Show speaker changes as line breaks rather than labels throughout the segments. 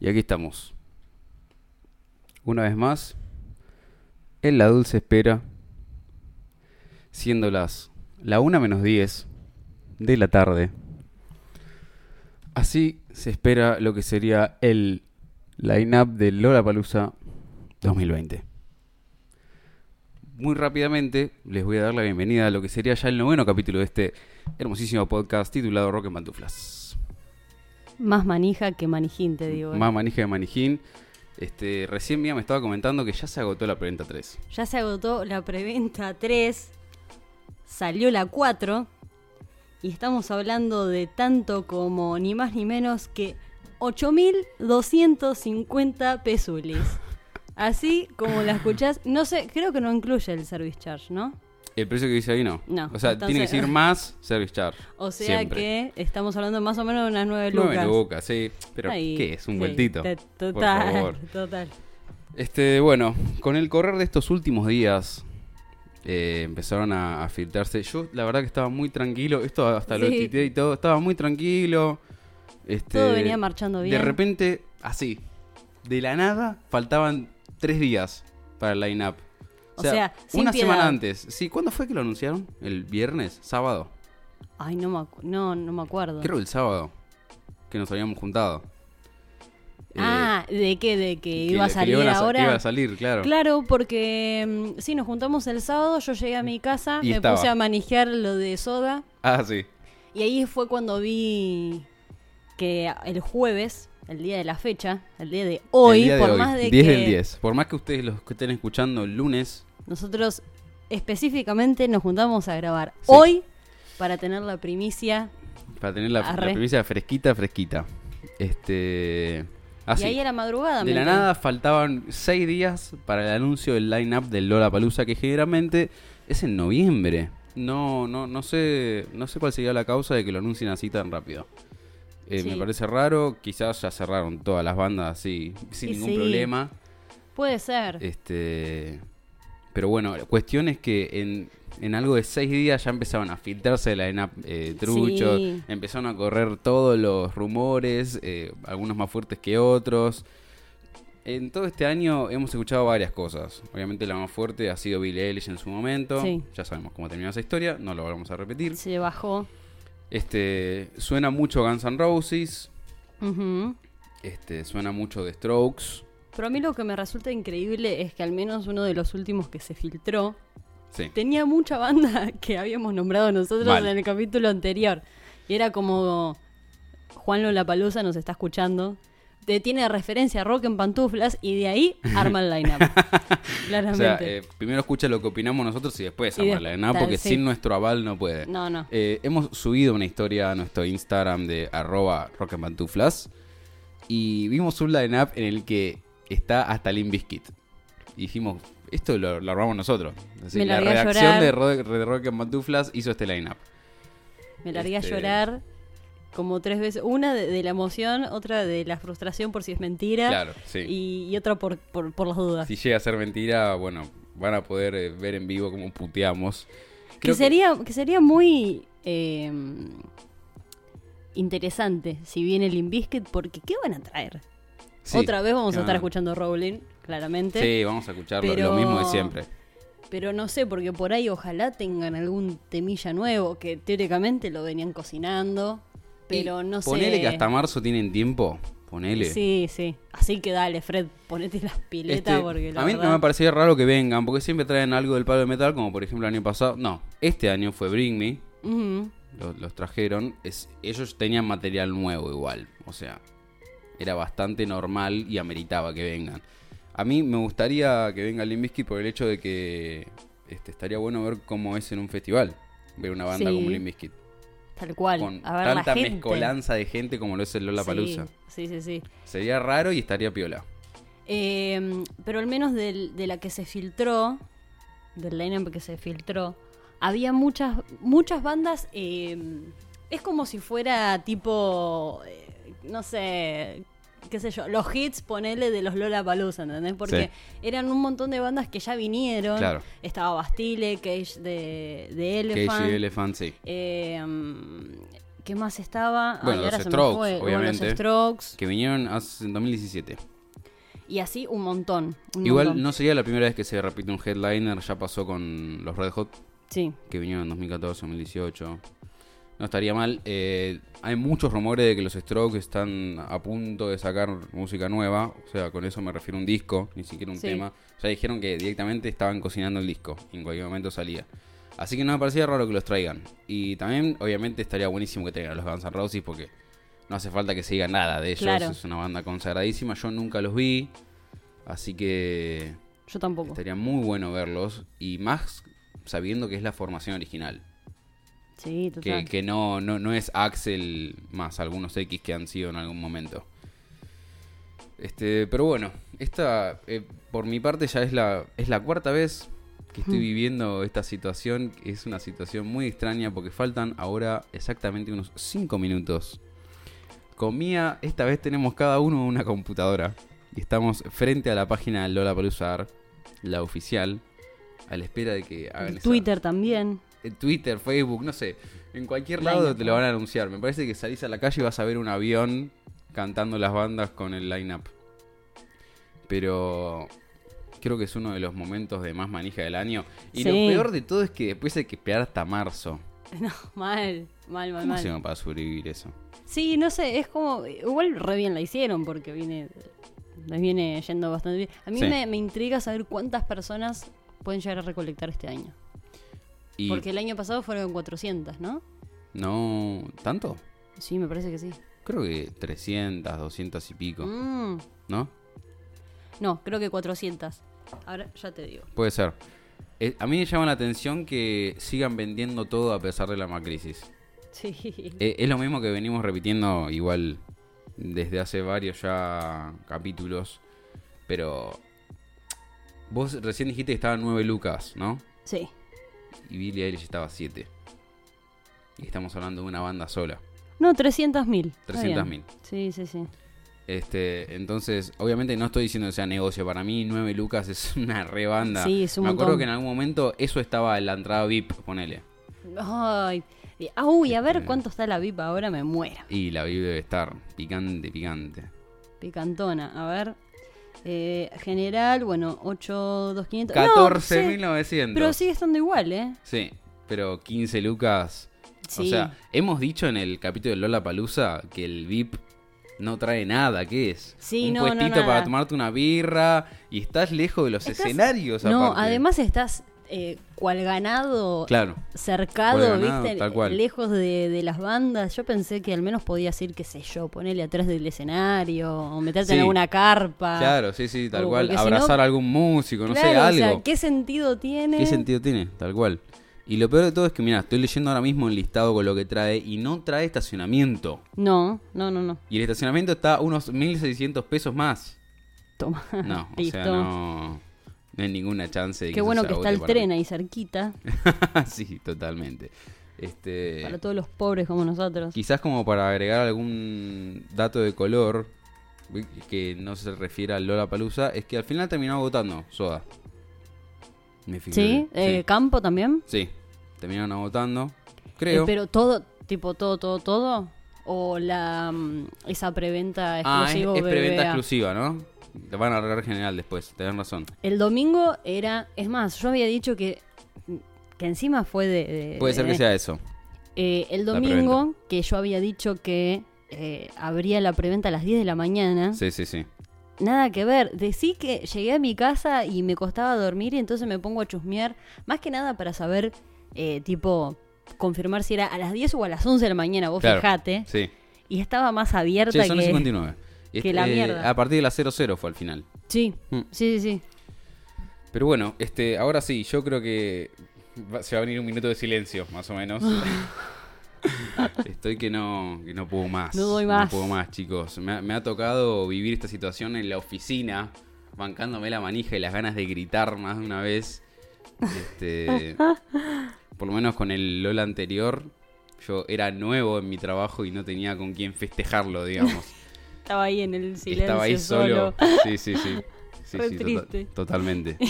Y aquí estamos. Una vez más, en la dulce espera, siendo las la 1 menos 10 de la tarde. Así se espera lo que sería el line-up de Lollapalooza 2020. Muy rápidamente les voy a dar la bienvenida a lo que sería ya el noveno capítulo de este hermosísimo podcast titulado Rock en Pantuflas.
Más manija que manijín, te digo. eh.
Más manija de manijín. Este, recién Mía me estaba comentando que ya se agotó la preventa 3.
Ya se agotó la preventa 3, salió la 4 y estamos hablando de tanto como ni más ni menos que 8.250 pezulis. Así como la escuchás, no sé, creo que no incluye el service charge, ¿no?
El precio que dice ahí no.
No,
O sea, tiene que
entonces-
ser más service charge.
O sea que estamos hablando más o menos de unas 9
Nueve
lucas.
lucas, sí. Pero,
Ahí,
¿qué es? ¿Un
sí,
vueltito?
te-
Por
Total,
favor.
total.
Este, bueno, con el correr de estos últimos días eh, empezaron a, a filtrarse. Yo, la verdad, que estaba muy tranquilo. Esto hasta lo
Sí.
titeé y todo. Estaba muy tranquilo. Este,
Todo venía marchando bien.
De repente, así. De la nada, faltaban tres días para el line-up.
O sea, sin
una
piedad.
semana antes. Sí, ¿cuándo fue que lo anunciaron? ¿El viernes? ¿Sábado?
Ay, no me, acu- no, no me acuerdo.
Creo el sábado. Que nos habíamos juntado. Eh,
Ah, ¿de qué? ¿De que,
que-
iba a
que le
salir
iban a sa- que
ahora?
iba a salir, claro.
Claro, porque mm, sí, nos juntamos el sábado, yo llegué a mi casa,
Y
me
estaba.
puse a manejar lo de soda
Ah, sí.
y ahí fue cuando vi que el jueves, el día de la fecha, el día de hoy,
El día de
por más de
10
que
del 10. Por más que ustedes los que estén escuchando el lunes,
nosotros específicamente nos juntamos a grabar
Sí.
hoy para tener la primicia.
para tener la, la
Arre.
primicia fresquita, fresquita. Este. Así.
Y ahí ¿eh? a la madrugada.
De
me
la
enteré.
nada faltaban 6 días para el anuncio del line-up del Lola Palusa, que generalmente es en noviembre. No, no, no sé. No sé cuál sería la causa de que lo anuncien así tan rápido. Eh,
Sí.
Me parece raro, quizás ya cerraron todas las bandas así, sin
Y
ningún
sí.
problema.
Puede ser.
Este, pero bueno, la cuestión es que en, en algo de seis días ya empezaban a filtrarse la ENAP eh, truchos,
Sí.
empezaron a correr todos los rumores, eh, algunos más fuertes que otros. En todo este año hemos escuchado varias cosas. Obviamente la más fuerte ha sido Billie Eilish en su momento.
Sí.
Ya sabemos cómo terminó esa historia, no lo volvemos a repetir.
Se bajó.
Este, suena mucho Guns N' Roses,
Ujú.
este, suena mucho The Strokes.
Pero a mí lo que me resulta increíble es que al menos uno de los últimos que se filtró
Sí.
tenía mucha banda que habíamos nombrado nosotros
Mal.
en el capítulo anterior. Y era como Juan Lollapalooza nos está escuchando. Te tiene referencia a Rock en Pantuflas y de ahí arma el lineup.
O
Claramente.
sea, eh, primero escucha lo que opinamos nosotros y después
Y
avala,
después,
¿no?
tal,
Porque
sí.
sin nuestro aval no puede.
no, no.
Eh, hemos subido una historia a nuestro Instagram de arroba rockandpantuflas y vimos un line-up en el que está hasta Limp Bizkit. Y dijimos, esto lo, lo armamos nosotros. Así,
Me
la
largué a
redacción
llorar.
de, Ro- de Rock and Pantuflas hizo este line-up.
Me largué
este-
a llorar como tres veces. Una de, de la emoción, otra de la frustración por si es mentira.
Claro, sí.
Y, y otra por, por, por las dudas.
Si llega a ser mentira, bueno, van a poder eh, ver en vivo cómo puteamos.
Que
Creo que-
sería, que sería muy eh, interesante si viene el Inbiscuit, porque ¿qué van a traer?
Sí.
Otra vez vamos a estar
Ah.
escuchando Rowling, claramente.
Sí, vamos a escuchar lo-
Pero-
lo mismo de siempre.
Pero no sé, porque por ahí ojalá tengan algún temilla nuevo, que teóricamente lo venían cocinando, pero
Y
no sé.
Ponele que hasta marzo tienen tiempo. Ponele.
Sí, sí. Así que dale, Fred, ponete las piletas
Este,
porque la
a mí
verdad-
no me parecía raro que vengan, porque siempre traen algo del palo de metal, como por ejemplo el año pasado. No, este año fue Bring Me,
Ujú.
lo- los, trajeron. Es, ellos tenían material nuevo igual, o sea, era bastante normal y ameritaba que vengan. A mí me gustaría que venga Limp Bizkit por el hecho de que este, estaría bueno ver cómo es en un festival, ver una banda
Sí.
como Limp Bizkit,
Tal cual.
con
a ver
tanta
la gente.
mezcolanza de gente como lo es el Lola Palusa.
Sí, sí, sí. sí.
Sería raro y estaría piola.
Eh, pero al menos del- de la que se filtró, del lineup que se filtró, había muchas, muchas bandas. eh, es como si fuera tipo, eh, no sé, qué sé yo, los hits, ponele de los Lola Palooza, ¿entendés? Porque eran un montón de bandas que ya vinieron.
Claro.
Estaba Bastille, Cage de, de
Cage
Elephant.
y Elephant, sí.
eh, mm, ¿Qué más estaba? Ay,
Bueno, los
ahora se me
Strokes,
fue. Bueno, los
obviamente.
Strokes.
Que vinieron hace- en 2017.
Y así un montón. un
Igual
montón.
no sería la primera vez que se repite un headliner, ya pasó con los Red Hot,
Sí.
que vinieron en 2014, 2018. No estaría mal. Eh, hay muchos rumores de que los Strokes están a punto de sacar música nueva. O sea, con eso me refiero a un disco, ni siquiera un
Sí.
tema. Ya dijeron que directamente estaban cocinando el disco. y En cualquier momento salía. Así que no me parecía raro que los traigan. Y también, obviamente, estaría buenísimo que traigan a los Guns N' Roses porque no hace falta que se diga nada de ellos.
Claro.
Es una banda consagradísima. Yo nunca los vi. Así que
Yo tampoco.
Estaría muy bueno verlos y más sabiendo que es la formación original.
Sí,
Que,
total.
que no, no, no es Axel más algunos X que han sido en algún momento. Este, pero bueno, esta eh, por mi parte ya es la, es la cuarta vez que estoy viviendo esta situación. que Es una situación muy extraña porque faltan ahora exactamente unos 5 minutos. Comía, esta vez tenemos cada uno una computadora. Y estamos frente a la página de Lola Palusar, la oficial, a la espera de que hagan
El
esa-
Twitter también.
en Twitter, Facebook, no sé. En cualquier
Line
lado
up.
te lo van a anunciar. Me parece que salís a la calle y vas a ver un avión cantando las bandas con el line-up. Pero creo que es uno de los momentos de más manija del año. Y lo
Sí.
peor de todo es que después hay que esperar hasta marzo.
No, mal, mal, mal,
¿Cómo
mal.
hacemos para sobrevivir eso?
Sí, no sé, es como. Igual re bien la hicieron porque viene. Les viene yendo bastante bien. A mí
Sí.
me, me intriga saber cuántas personas pueden llegar a recolectar este año.
Y
Porque el año pasado fueron 400, ¿no?
no... ¿Tanto?
Sí, me parece que sí.
Creo que 300, 200 y pico,
Mm,
¿no?
no, creo que 400. Ahora ya te digo.
Puede ser. Eh, a mí me llama la atención que sigan vendiendo todo a pesar de la macrisis.
Sí.
Eh, es lo mismo que venimos repitiendo igual desde hace varios ya capítulos, pero vos recién dijiste que estaba 9 lucas, ¿no?
Sí.
Y Billie Eilish estaba 7. Y estamos hablando de una banda sola.
No, 300.000. Está
300.000.
bien. Sí, sí, sí.
Este, entonces, obviamente no estoy diciendo que sea negocio, para mí 9 lucas es una re banda.
Sí, es un
Me acuerdo
montón.
que en algún momento eso estaba en la entrada VIP, ponele.
Ay. y- ah, Uy, a ver
Este-
cuánto está la VIPA ahora, me muero.
Y la VIP debe estar picante, picante.
Picantona, a ver. Eh, general, bueno, 8, 2, 500. No, sí,
14.900.
pero sigue estando igual, ¿eh?
Sí, pero 15 lucas.
Sí.
O sea, hemos dicho en el capítulo de Lola Palusa que el VIP no trae nada, ¿qué es?
Sí,
Un
no, no,
puestito
nada.
para tomarte una birra y estás lejos de los
Estás-
escenarios.
No,
aparte.
además estás eh, cual ganado,
Claro.
cercado,
Cual ganado,
¿viste?
tal cual.
Lejos de, de las bandas. Yo pensé que al menos podías ir, qué sé yo, ponerle atrás del escenario o meterte
Sí.
en alguna carpa.
Claro, sí, sí, tal
O
cual.
Ah. Oh, porque si no-
Abrazar a algún músico, no sé,
Claro,
algo.
O sea, ¿qué sentido tiene?
¿Qué sentido tiene? Tal cual. Y lo peor de todo es que, mira, estoy leyendo ahora mismo el listado con lo que trae y no trae estacionamiento.
No, no, no, no.
Y el estacionamiento está a unos 1.600 pesos más.
Toma.
No, o
Listo.
sea, no, no hay ninguna chance de
Qué bueno que está el tren
ahí.
ahí cerquita
sí, totalmente. Este,
para todos los pobres como nosotros.
Quizás como para agregar algún dato de color uy, que no se refiera a Lola Palusa, es que al final terminó votando Soda. Me fijé.
¿Sí? Eh, ¿Campo también?
Sí, terminaron agotando.
Eh,
Creo.
pero todo, tipo todo, todo, todo. O la mm, esa preventa
ah, es,
exclusiva.
es preventa exclusiva, ¿no? Te van a arreglar general después, tenés razón.
El domingo era, es más, yo había dicho que mm, que encima fue de, de-
Puede ser
de-
que sea eso.
Eh, el
la
domingo que yo había dicho que eh, abría la preventa a las 10 de la mañana.
Sí, sí, sí.
Nada que ver. Decí que llegué a mi casa y me costaba dormir y entonces me pongo a chusmear. Más que nada para saber, eh, tipo, confirmar si era a las 10 o a las 11 de la mañana. Vos
Claro.
fijate.
Sí.
Y estaba más abierta
Che, son las
que...
59.
que la mierda.
este, eh, A partir de la 00 fue al final.
Sí,
Mm.
sí, sí, sí.
Pero bueno, este, ahora sí, yo creo que va- se va a venir un minuto de silencio, más o menos. Estoy que no, que no puedo más.
No doy más.
puedo más, chicos. Me ha, me ha tocado vivir esta situación en la oficina, bancándome la manija y las ganas de gritar más de una vez. Este, por lo menos con el LOL anterior, yo era nuevo en mi trabajo y no tenía con quién festejarlo, digamos.
Estaba ahí en el silencio
Estaba ahí solo.
solo.
Sí, sí, sí. Sí,
Re
sí, tota-
triste.
totalmente.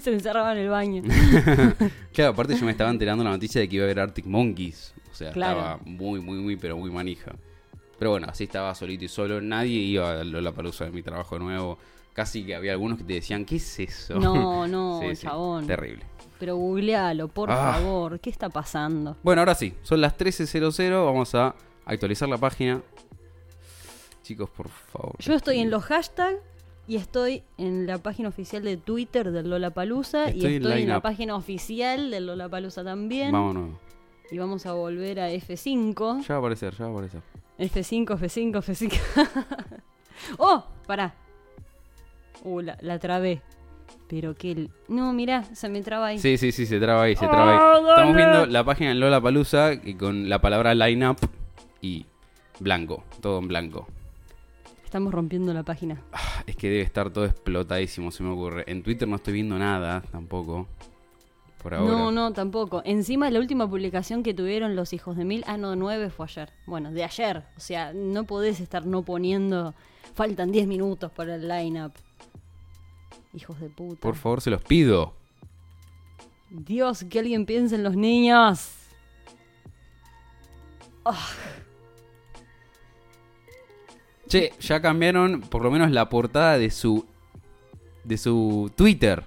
Se encerraba en el baño.
Claro, aparte yo me estaba enterando la noticia de que iba a haber Arctic Monkeys. O sea,
Claro.
estaba muy, muy, muy, pero muy manija. Pero bueno, así estaba solito y solo. Nadie iba a la palusa de mi trabajo nuevo. Casi que había algunos que te decían, ¿qué es eso?
No, no, chabón.
terrible.
Pero googlealo, por
Ah.
favor. ¿Qué está pasando?
Bueno, ahora sí, son las 13.00. Vamos a actualizar la página. Chicos, por favor.
Yo estoy en los hashtags y estoy en la página oficial de Twitter del Lollapalooza
Estoy en
y estoy en la
lineup.
página oficial del Lollapalooza también.
Vámonos.
Y vamos a volver a F5.
Ya va a aparecer, ya va a aparecer.
F5, F5, F5. ¡Oh! Pará. Uh, la, la trabé. Pero que... el- No, mirá, se me traba ahí.
Sí, sí, sí, se traba ahí, se traba
Oh,
ahí. Estamos viendo la página de Lola Palusa con la palabra lineup y blanco, todo en blanco.
Estamos rompiendo la página.
Ah, Es que debe estar todo explotadísimo, se me ocurre. En Twitter no estoy viendo nada tampoco. Por ahora.
No, no, tampoco. Encima la última publicación que tuvieron los hijos de mil, ah, no, nueve fue ayer. Bueno, de ayer. O sea, no podés estar no poniendo... Faltan 10 minutos para el lineup. Hijos de puta.
Por favor, se los pido.
Dios, que alguien piense en los niños.
Che, ya cambiaron por lo menos la portada de su de su Twitter.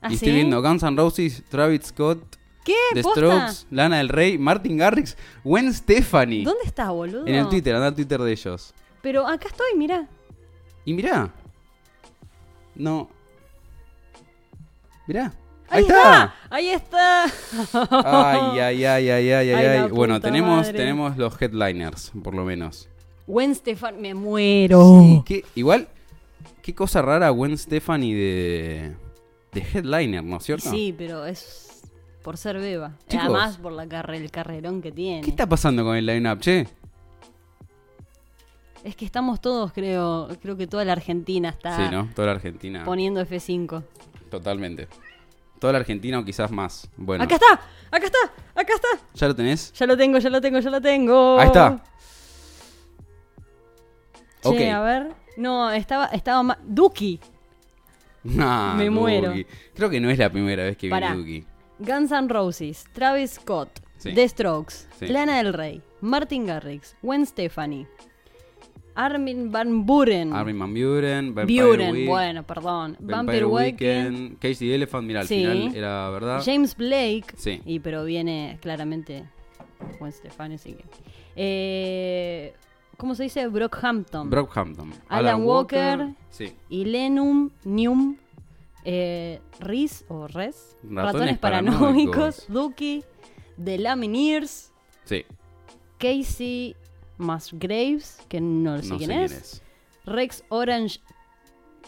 ¿Ah,
y
sí?
estoy viendo Guns N' Roses, Travis Scott,
¿Qué?
The
¿Posta?
Strokes, Lana del Rey, Martin Garrix, Gwen Stefani.
¿Dónde está, boludo?
En el Twitter, anda al Twitter de ellos.
Pero acá estoy, mirá.
Y mirá. No. Mirá.
¡Ahí está! ¡Ahí está!
Ay, ay, ay, ay, ay, ay,
Ay, la
ay. Bueno,
puta
tenemos,
madre.
tenemos los headliners, por lo menos.
Gwen Stefani, me muero.
Sí, qué- igual, qué cosa rara Gwen Stefani de, de headliner, ¿no es cierto?
Sí, pero es por ser beba.
Chicos.
Además, por la carre- el carrerón que tiene.
¿Qué está pasando con el line-up, che?
Es que estamos todos, creo, creo que toda la Argentina está
Sí, ¿no? Toda la Argentina.
poniendo F5.
Totalmente. Toda la Argentina o quizás más. Bueno,
¡Acá está! ¡Acá está! ¡Acá está!
¿ya lo tenés?
Ya lo tengo, ya lo tengo, ya lo tengo.
Ahí está.
Che,
Ok.
a ver. No, estaba, estaba ma- Duki.
Ah,
Me muero.
Duki. Creo que no es la primera vez que
Pará.
viene Duki.
Guns N' Roses, Travis Scott,
Sí.
The Strokes,
Sí.
Lana del Rey, Martin Garrix, Gwen Stefani, Armin Van Buren,
Armin Van Buren, Vampire
Buren,
Week,
bueno, perdón,
Vampire
Vampire Weekend,
Weekend, Cage the Elephant, mira, al
Sí.
final era verdad.
James Blake,
Sí.
y pero viene claramente Gwen Stefani, así que... Eh, ¿Cómo se dice? Brockhampton.
Brockhampton.
Alan Walker.
Sí.
Ilenum, Nium, eh, Riz o Res,
Ratones paranoicos.
Paranoicos, Duki, The Lamineers,
Sí.
Casey Musgraves, que no sé,
no
quién,
sé
es. Rex Orange.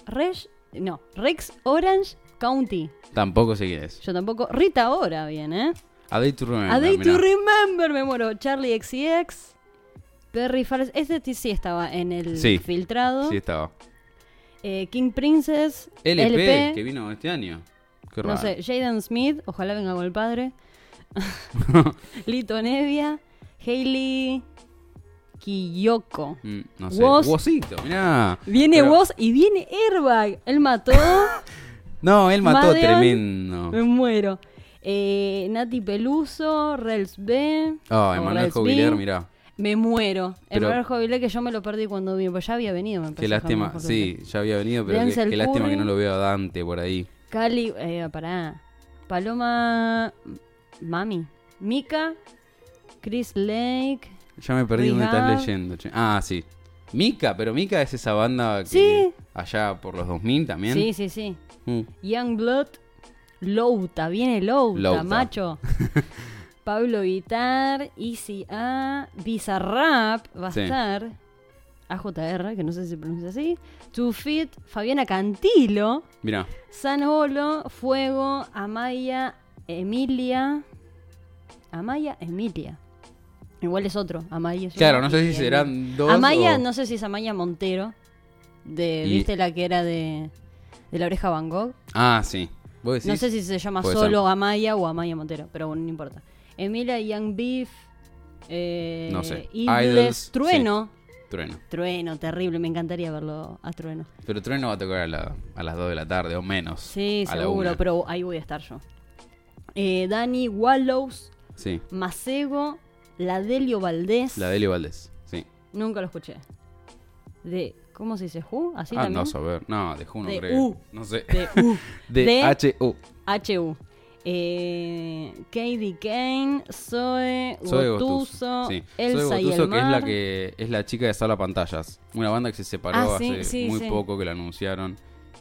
Rex. No, Rex Orange County.
Tampoco sé quién es.
Yo tampoco. Rita Ora, bien, ¿eh?
A Day to Remember.
A Day
mirá.
to Remember, me muero. Charlie XCX. Perry Farris. Este t- sí estaba en el
Sí.
filtrado.
Sí, estaba.
Eh, King Princess.
LP,
LP,
que vino este año. Qué raro.
no sé, Jaden Smith. Ojalá venga con el padre. Lito Nevia. Hailey Kiyoko.
Mm, no sé.
Woz.
Wozito, mirá.
Viene
Pero-
vos y viene Airbag. Él mató.
No, él mató
Madeon.
tremendo.
me muero. Eh, Nati Peluso, Rels B.
Ah,
o
Emanuel
Rels B.
Jubiler, mirá.
Me muero.
Pero-
Emanuel Jubiler que yo me lo perdí cuando vino, pues ya había venido. Me
Qué
parece,
lástima,
Emanuel
sí,
Jubiler.
ya había venido, pero qué,
Denzel
qué lástima que
Curry.
no lo veo a Dante por ahí.
Cali, eh, pará. Paloma, Mami, Mika, Chris Lake.
Ya me perdí dónde
Rehab.
estás leyendo. che. Ah, sí. Mika, pero Mika es esa banda que
Sí.
allá por los 2000 también.
Sí, sí, sí.
Mm.
Young Blood, Louta, viene Louta,
Louta.
macho. Pablo Vitar, Easy A, Bizarrap va a
Sí.
estar, AJR, que no sé si se pronuncia así, Two Fit, Fabiana Cantilo,
Mirá,
San Olo, Fuego, Amaya, Emilia. Amaya, Emilia. Igual es otro, Amaya. es
Claro,
uno
no sé
y
si
Emilia.
serán dos
Amaya,
o-
no sé si es Amaya Montero. De,
Y-
¿Viste la que era de, de la oreja Van Gogh?
ah, sí. ¿Vos decís?
No sé si se llama
Puede
solo Amaya o Amaya Montero, pero bueno, no importa. Emilia Young Beef. eh,
No sé.
Idles,
Idles,
Trueno.
Trueno.
Trueno, terrible, me encantaría verlo a Trueno.
Pero Trueno va a tocar a, la- a las 2 de la tarde o menos.
Sí,
a la
seguro,
una.
pero ahí voy a estar yo. Eh, Dani Wallows,
Sí.
Macego, La Delio Valdés.
La de Elio Valdés, sí.
Nunca lo escuché. De, ¿cómo se dice? ¿Who? ¿Así
ah,
también?
no a saber. No, de Juno,
De
creo.
U.
No sé.
De U.
De,
de-
H-U.
H.U. Eh, Katie Kane, Zoe,
Soy
Gotuso,
Sí.
Elsa
Zoe
y
Gotuso,
el
que es la
mar.
que es la chica de Salva Pantallas. Una banda que se separó
Ah, sí,
hace
sí,
muy
sí.
poco que la anunciaron.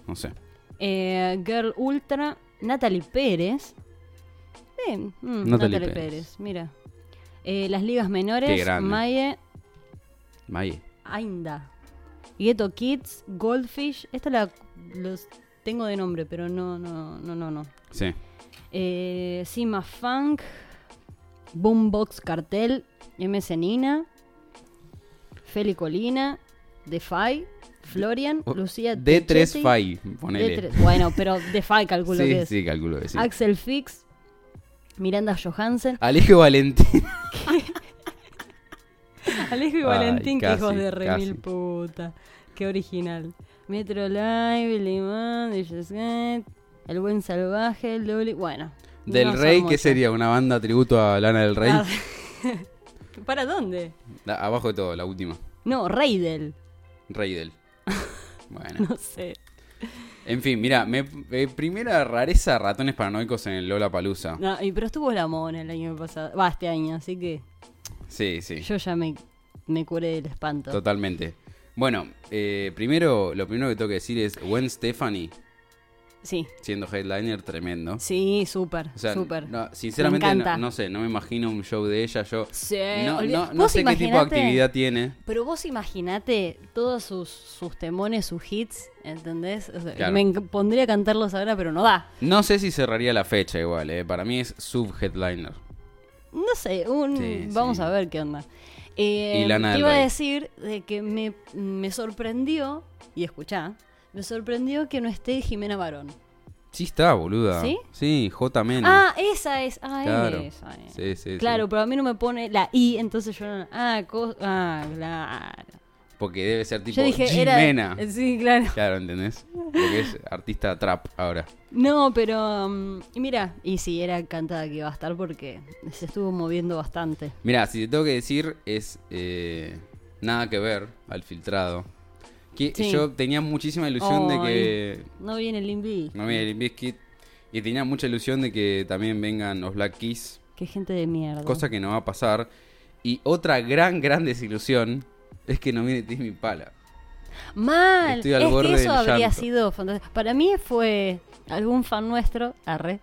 No sé.
Eh, Girl Ultra, Natalie Pérez. Bien,
Natalie
mm, Natalie,
Pérez.
Pérez. mira. Eh, las ligas
Qué
menores,
grande.
Maye
Maye.
Ainda. Ghetto Kids, Goldfish. Esta la los tengo de nombre, pero no, no, no, no, no.
Sí.
Eh, Sima Funk, Boombox Cartel, MS Nina, Feli Colina, Defy, Florian,
O-
Lucía
D3
Tichetti,
Fai, ponele.
D3 Bueno, pero Defy calculo
sí,
que es.
sí, calculo que sí.
Axel Fix, Miranda Johansen,
Alejo Valentín.
Alejo y
Ay,
Valentín, que
casi,
hijos de
casi.
remil puta. Qué original. Metro Live, Limón, Just Get, El Buen Salvaje, El Doble. Bueno.
Del
no son
Rey, ¿qué
muchos.
sería? ¿Una banda tributo a Lana del Rey?
Ah, ¿Para dónde?
Da- abajo de todo, la última.
No, Raidel.
Rey del. Bueno.
No sé.
En fin, mira, me, eh, primera rareza ratones paranoicos en el Lola Palusa.
No, y- pero estuvo la mona el año pasado. Va, este año, así que
Sí, sí,
yo ya me, me curé del espanto.
totalmente. Bueno, eh, primero, lo primero que tengo que decir es Gwen Stefani
Sí,
siendo headliner tremendo.
sí, súper,
O sea,
súper.
no, sinceramente,
Me
no,
encanta.
no sé, no me imagino un show de ella. Yo
Sí,
no,
olvi-
no- no
vos
sé qué tipo de
imaginate-
actividad tiene.
Pero vos imaginate todos sus, sus temones, sus hits, ¿entendés? O sea,
Claro.
Me enc- pondría a cantarlos ahora, pero no da.
No sé si cerraría la fecha igual, eh. para mí es sub-headliner.
No sé, un,
Sí,
vamos
sí.
a ver qué onda. Eh,
Y Lana
te
del
iba a
Rey.
decir de que me, me sorprendió, y escuchá, me sorprendió que no esté Jimena Barón.
Sí está, boluda.
¿Sí?
Sí, J. Mena.
Ah, esa es, ah,
Claro.
esa es.
Sí, sí, sí.
claro, pero a mí no me pone la I, entonces yo no... Ah, co- ah claro.
Porque debe ser tipo
yo dije,
Jimena.
era... Sí, claro.
Claro, ¿entendés? Porque es artista trap ahora.
No, pero mm, y mira, y sí, era cantada que iba a estar porque se estuvo moviendo bastante.
Mirá, si te tengo que decir, es eh, nada que ver al filtrado. Que
Sí.
Yo tenía muchísima ilusión de que
No viene el Limbi.
no viene Limp Bizkit, y tenía mucha ilusión de que también vengan los Black Keys,
Qué gente de mierda.
cosa que no va a pasar. Y otra gran, gran desilusión es que no viene Timmy Pala.
Mal.
Estoy al
es
borde
que
del
eso habría
llanto.
sido fantástico. Para mí fue algún fan nuestro, arre,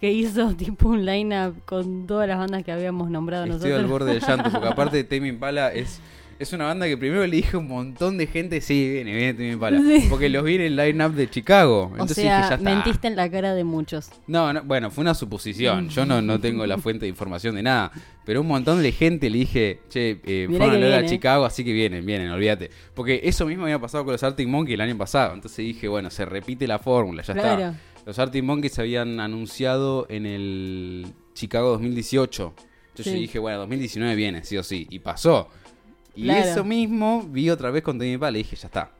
que hizo tipo un line-up con todas las bandas que habíamos nombrado
Estoy
nosotros.
al borde del llanto, porque aparte Tame Impala es, es una banda que primero le dije a un montón de gente, sí, viene, viene Tame Impala.
Sí.
Porque los vi en el line-up de Chicago.
o
Entonces
sea,
dije, ya está.
mentiste en la cara de muchos.
No, no, bueno, fue una suposición. Yo no, no tengo la fuente de información de nada. Pero un montón de gente le dije, che, eh,
Mirá
fueron a
que
ver a
viene.
Chicago, así que vienen, vienen, olvídate. Porque eso mismo había pasado con los Arctic Monkeys el año pasado. Entonces dije, bueno, se repite la fórmula, ya
Claro.
está. Los Arctic Monkeys se habían anunciado en el Chicago 2018. Yo
Sí.
dije, bueno, 2019 viene, sí o sí. Y pasó. Y
Claro.
eso mismo vi otra vez con Temi Pala y dije, ya está.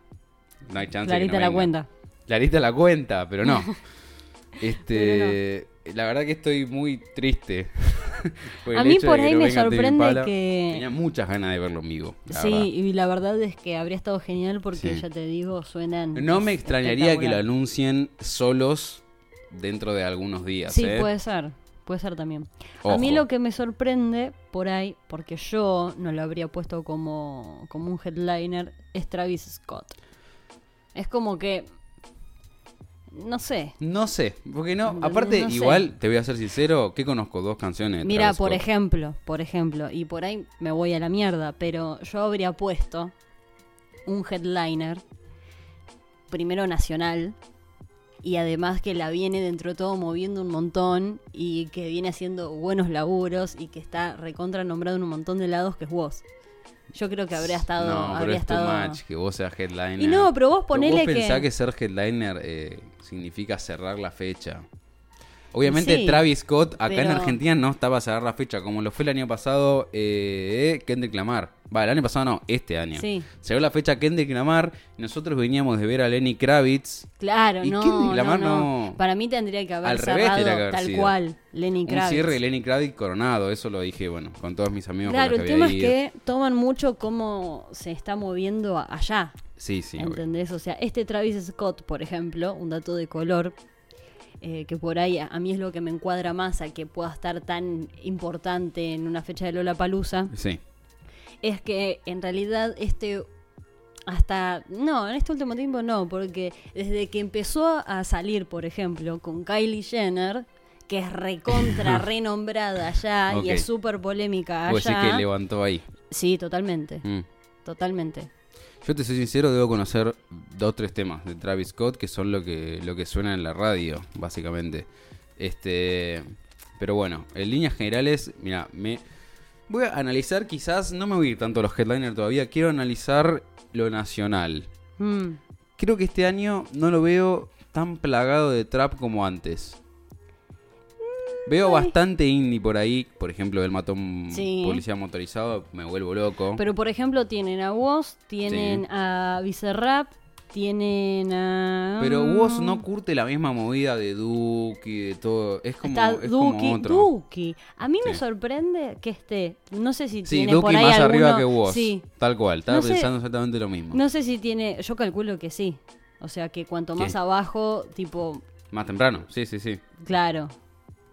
No hay chance de que
Clarita
no
la
venga.
cuenta.
Clarita la cuenta, pero no. Este, la verdad que estoy muy triste. por el
A mí
hecho de
por
que
ahí
no
me
venga Tame
sorprende
Impala.
que-
tenía muchas ganas de verlo en vivo. la
sí,
verdad.
y la verdad es que habría estado genial porque
Sí.
ya te digo, suenan.
No me extrañaría que lo
espectacular.
anuncien solos dentro de algunos días.
Sí,
¿eh?
puede ser. Puede ser también. A
Ojo.
mí lo que me sorprende por ahí, porque yo no lo habría puesto como, como un headliner, es Travis Scott. Es como que. No sé.
No sé, porque no.
No,
Aparte,
no sé.
igual te voy a ser sincero, que conozco dos canciones. de
Mira,
Travis
por
Scott.
ejemplo, por ejemplo, y por ahí me voy a la mierda, pero yo habría puesto un headliner, primero nacional, y además que la viene dentro de todo moviendo un montón, y que viene haciendo buenos laburos, y que está recontra nombrado en un montón de lados, que es vos. Yo creo que habría estado...
No, pero
habría
es too
estado...
much que vos seas headliner.
Y no, pero vos ponele
¿Vos pensás
que...
que ser headliner eh, significa cerrar la fecha? Obviamente
Sí,
Travis Scott acá en
pero-
Argentina no está para cerrar la fecha, como lo fue el año pasado eh, Kendrick Lamar. Va, el año pasado no, este año.
Sí.
Cerró la fecha Kendrick Lamar, nosotros veníamos de ver a Lenny Kravitz,
Claro,
¿Y
no,
Kendrick Lamar
no,
no?
no. Para mí tendría que haber
Al revés
cerrado
tendría que haber
tal
sido.
cual Lenny
un
Kravitz.
cierre de Lenny Kravitz coronado, eso lo dije, bueno, con todos mis amigos. con
Claro,
los
el
que
tema es
había ido.
que toman mucho cómo se está moviendo a- allá,
Sí, sí, obvio.
¿entendés? O sea, este Travis Scott, por ejemplo, un dato de color, eh, que por ahí a, a mí es lo que me encuadra más a que pueda estar tan importante en una fecha de Lola Palusa,
Sí,
es que en realidad este... Hasta, no, en este último tiempo no, porque desde que empezó a salir, por ejemplo, con Kylie Jenner, que es recontra, renombrada allá
Ok.
y es súper polémica
vos decís
allá.
que levantó ahí.
Sí, totalmente.
Mm.
Totalmente.
Yo te soy sincero, debo conocer dos tres temas de Travis Scott que son lo que, lo que suena en la radio, básicamente. Este. Pero bueno, en líneas generales, mira, me. Voy a analizar, quizás, no me voy a ir tanto a los headliners todavía, quiero analizar lo nacional.
Mm.
Creo que este año no lo veo tan plagado de trap como antes. Veo bastante indie por ahí, por ejemplo, el matón
Sí.
policía motorizado, me vuelvo loco.
Pero por ejemplo tienen a Woz, tienen
Sí.
a Bizarrap, tienen a... mm,
Pero vos no curte la misma movida de Duki, de todo. Es como,
Está
es como
Duki,
otro.
Duki. A mí me
Sí.
sorprende que esté, no sé si
Sí,
tiene
Duki
por ahí
más
alguno-
arriba que vos.
Sí,
Tal cual, estaba
No sé-
pensando exactamente lo mismo.
no sé si tiene, yo calculo que sí. O sea que cuanto más
Sí.
abajo, tipo,
Más temprano, sí, sí, sí.
claro,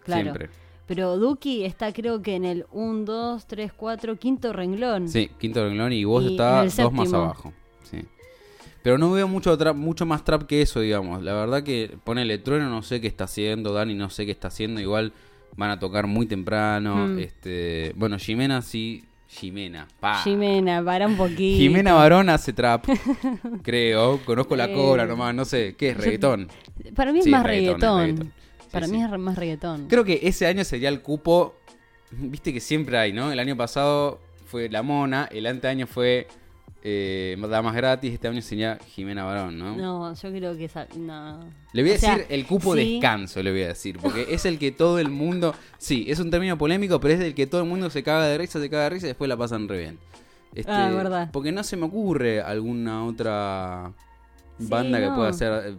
claro.
Siempre.
Pero Duki está creo que en el 1, 2, 3, 4, quinto renglón.
Sí, quinto renglón y vos
Y en
está
el
dos más
séptimo.
abajo. Sí. Pero no veo mucho, trap, mucho más trap que eso, digamos. La verdad que ponele trueno, no sé qué está haciendo, Dani no sé qué está haciendo, igual van a tocar muy temprano.
Mm.
Este, bueno, Jimena sí, Jimena. Pa.
Jimena, para un poquito.
Ah. Jimena Barón hace trap, creo. Conozco la
Eh,
cobra nomás, no sé. ¿Qué es
yo-
reggaetón?
Para mí es
Sí,
más
reggaetón,
reggaetón.
es reggaetón. Sí,
Para
sí.
mí es re- más reggaetón.
Creo que ese año sería el cupo. Viste que siempre hay, ¿no? El año pasado fue La Mona, el anteaño fue eh, Damas Gratis, este año sería Jimena Barón, ¿no?
No, yo creo que esa- no.
Le voy a
O sea,
decir eh, el cupo
sí,
descanso, le voy a decir, porque es el que todo el mundo. Sí, es un término polémico, pero es el que todo el mundo se caga de risa, se caga de risa y después la pasan re bien. Este,
Ah, verdad.
Porque no se me ocurre alguna otra
Sí,
banda que
no.
pueda hacer eh,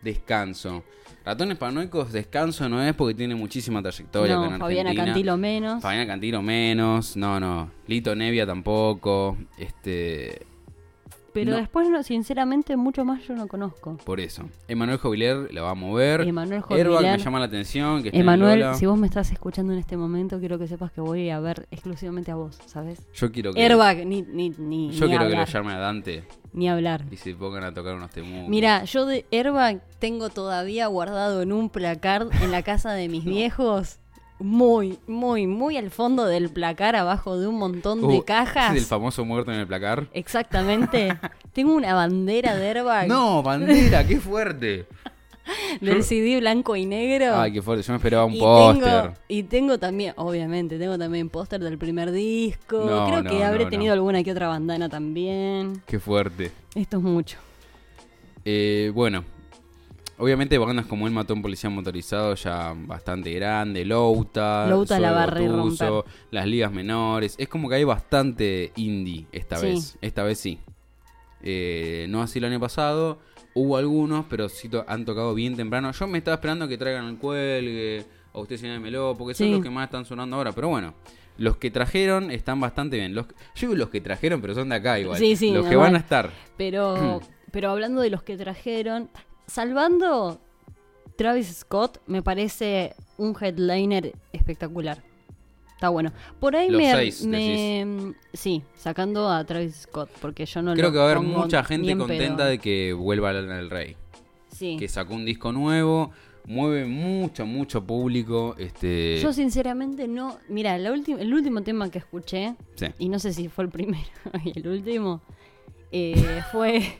descanso. Ratones Paranoicos, descanso no es porque tiene muchísima trayectoria. acá
No,
en
Fabiana
Argentina.
Cantilo menos.
Fabiana Cantilo menos, no, no. Lito Nevia tampoco. Este.
Pero
no.
después, no, sinceramente, mucho más yo no conozco.
Por eso. Emanuel Joviler la va a mover.
Emanuel
Airbag
Joviler.
me llama la atención. Que esté en Lola.
Emanuel, si vos me estás escuchando en este momento, quiero que sepas que voy a ver exclusivamente a vos, ¿sabes?
Yo quiero que,
Airbag, ni, ni, ni,
yo quiero
ni
que lo
hablar.
llame a Dante
ni hablar.
y se pongan a tocar unos temucos.
Mira, yo de Airbag tengo todavía guardado en un placar en la casa de mis viejos. Muy, muy, muy al fondo del placar, abajo de un montón de
Uh,
cajas.
¿ese es el famoso muerto en el placar.
Exactamente. Tengo una bandera de Airbag
No, bandera, qué fuerte.
del CD blanco y negro.
Ay, qué fuerte. Yo me esperaba un
y
póster.
tengo, y tengo también, obviamente, tengo también póster del primer disco.
No,
Creo
no,
que habré
no,
tenido
no.
alguna que otra bandana también.
Qué fuerte.
Esto es mucho.
Eh, bueno, obviamente bandas como El Matón Policía Motorizado ya bastante grande, Louta,
Louta la
Soda
va a re
Gotuso,
romper.
las ligas menores. Es como que hay bastante indie esta
Sí.
vez. Esta vez sí. Eh, no así el año pasado. Hubo algunos, pero sí to- han tocado bien temprano. Yo me estaba esperando que traigan el cuelgue, o usted señálemelo, porque son
Sí.
los que más están sonando ahora. Pero bueno, los que trajeron están bastante bien. Los, yo digo los que trajeron, pero son de acá igual.
Sí, sí,
los que
normal.
van a estar.
Pero, pero hablando de los que trajeron, salvando Travis Scott, me parece un headliner espectacular. Está bueno. Por ahí
Los
me,
seis,
me- sí, sacando a Travis Scott, porque yo no
Creo
lo
que va a haber
pongo
mucha
ni
gente
en
contenta
pedo.
de que vuelva Lana del Rey.
Sí.
Que sacó un disco nuevo, mueve mucho, mucho público. Este...
Yo sinceramente no. Mira, la ulti- el último tema que escuché,
Sí.
y no sé si fue el primero y el último, eh, fue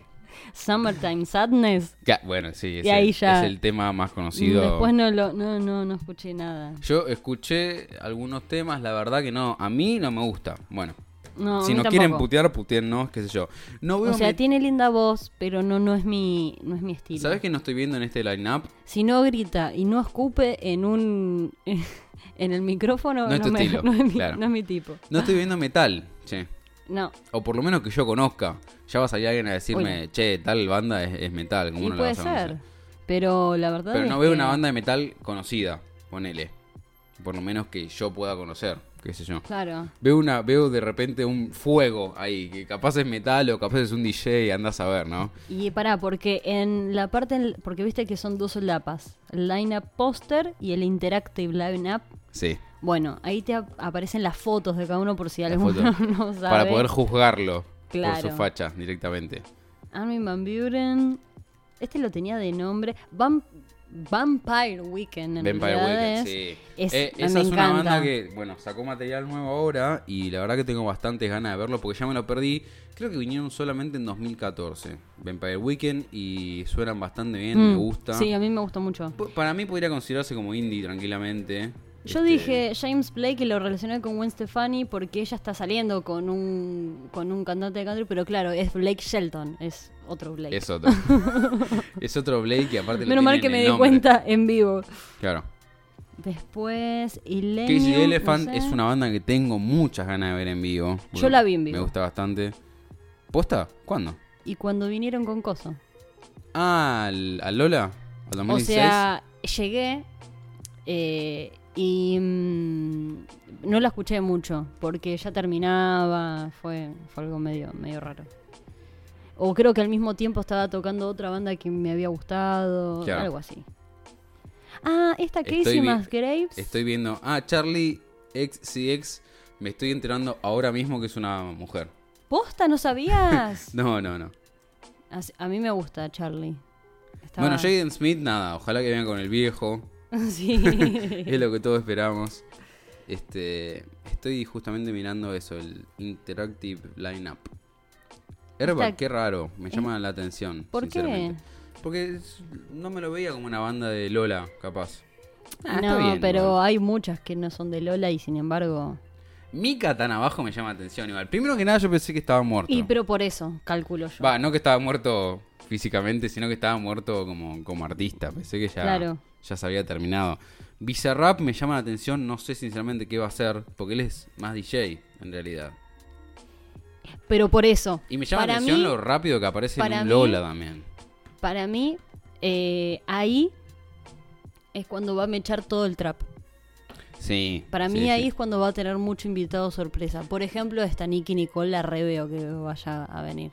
Summertime Sadness.
Ya, bueno, sí, es,
Y ahí
el,
ya-
es el tema más conocido.
Después no lo, no, no, no escuché nada.
Yo escuché algunos temas, la verdad que no, a mí no me gusta. Bueno,
No, a
si
mí
no quieren
tampoco.
putear, putearnos, qué sé yo. No veo
O sea,
mi-
tiene linda voz, pero no, no es mi, no es mi estilo.
¿Sabes que no estoy viendo en este line-up?
Si no grita y no escupe en un en el micrófono,
No es tu
me-
estilo,
no es mi,
claro.
no es mi tipo.
No estoy viendo metal, che.
No.
O por lo menos que yo conozca. Ya va a salir alguien a decirme,
Oye.
che, tal banda es, es metal. ¿Cómo
Sí,
no la
puede
vas a conocer?
ser. Pero la verdad
Pero
es
no veo
que-
una banda de metal conocida, ponele. Por lo menos que yo pueda conocer, qué sé yo.
Claro.
Veo una, veo de repente un fuego ahí, que capaz es metal o capaz es un DJ, andás a ver, ¿no?
Y pará, porque en la parte, en- porque viste que son dos lapas, el line-up poster y el interactive line-up.
Sí.
Bueno, ahí te ap- aparecen las fotos de cada uno por si
la
alguno
foto.
no sabe.
Para poder juzgarlo por
Claro.
su facha directamente.
Armin Van Buren, este lo tenía de nombre, Vam- Vampire Weekend en
Vampire
realidad
Weekend, sí.
es,
Eh,
me
esa es una
encanta.
banda que, bueno, sacó material nuevo ahora y la verdad que tengo bastantes ganas de verlo porque ya me lo perdí. Creo que vinieron solamente en 2014. Vampire Weekend y suenan bastante bien, me
Mm,
gusta.
Sí, a mí me gusta mucho.
P- Para mí podría considerarse como indie tranquilamente.
Yo
Este,
dije James Blake y lo relacioné con Gwen Stefani porque ella está saliendo con un con un cantante de country, pero claro, es Blake Shelton, es otro Blake.
Es otro. es otro Blake que aparte le
Menos mal que
tienen
me
el
di
nombre.
cuenta en vivo.
Claro.
Después, Illenium,
Casey the Elephant
no sé.
es una banda que tengo muchas ganas de ver en vivo.
Yo la vi en vivo.
Me gusta bastante. ¿Posta? ¿Cuándo?
Y cuando vinieron con Coso.
Ah, al- ¿a Lola? ¿Al 2016?
O sea, llegué eh, y mm, no la escuché mucho porque ya terminaba, fue, fue algo medio, medio raro. O creo que al mismo tiempo estaba tocando otra banda que me había gustado,
Claro.
algo así. Ah, esta
Estoy
Casey
vi-
Musgraves.
Estoy viendo. Ah, Charlie XCX. Me estoy enterando ahora mismo que es una mujer.
¿Posta no sabías?
No, no, no.
Así- A, mí me gusta Charlie. Estaba-
Bueno, Jaden Smith, nada. Ojalá que venga con el viejo.
sí.
Es lo que todos esperamos. Este, estoy justamente mirando eso, el Interactive Lineup. Airbag,
Está-
qué raro, me llama la atención.
¿Por qué?
sinceramente. Porque es- no me lo veía como una banda de Lola, capaz. Ah, está
no,
bien,
pero
igual.
hay muchas que no son de Lola y sin embargo...
Mika tan abajo me llama la atención igual. Primero que nada yo pensé que estaba muerto.
Y pero por eso, calculo yo.
Va, no que estaba muerto físicamente, sino que estaba muerto como, como artista. Pensé que ya,
Claro.
ya se había terminado. Bizarrap me llama la atención, no sé sinceramente qué va a hacer, porque él es más DJ en realidad.
Pero por eso.
Y me llama
para
la atención
mí,
lo rápido que aparece en
para
un
mí-
Lola también.
Para mí, eh, ahí es cuando va a mechar todo el trap.
Sí.
Para
sí,
mí
sí.
ahí es cuando va a tener mucho invitado sorpresa. Por ejemplo, esta Nicky Nicole la reveo que vaya a venir.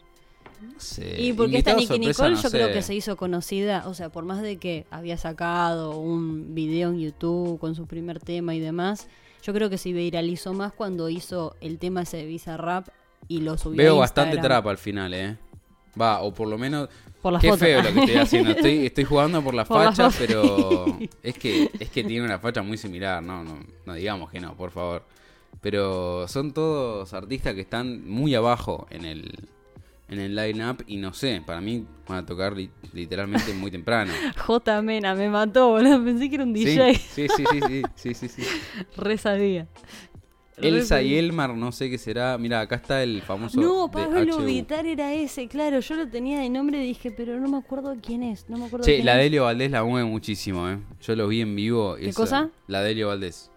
No sé,
y porque esta
Eh, invitado
Nicky
sorpresa,
Nicole
no
yo
sé.
creo que se hizo conocida, o sea, por más de que había sacado un video en YouTube con su primer tema y demás, yo creo que se viralizó más cuando hizo el tema ese de Visa Rap y lo subió
Veo
a
bastante
Instagram.
trap al final, ¿eh? Va, o por lo menos...
Por las
Qué
fotos.
feo lo que estoy haciendo. Estoy, estoy jugando por la
Por las
facha,
fotos.
pero es que, es que tiene una facha muy similar. No, no, no digamos que no, por favor. Pero son todos artistas que están muy abajo en el, en el line-up y no sé, para mí van a tocar li- literalmente muy temprano.
J Mena me mató, boludo. Pensé que era un DJ.
Sí, sí, sí, sí, sí, sí, sí, sí.
Re sabía. Re
Elsa y
sabía.
Elmar, no sé qué será. Mira, acá está el famoso.
No,
de
Pablo
HU.
Vitar era ese, claro. Yo lo tenía de nombre y dije, pero no me acuerdo quién es. No me acuerdo
Che,
quién
la
es.
Delio Valdés la mueve muchísimo, ¿eh? Yo lo vi en vivo.
¿Qué cosa?
La Delio Valdés.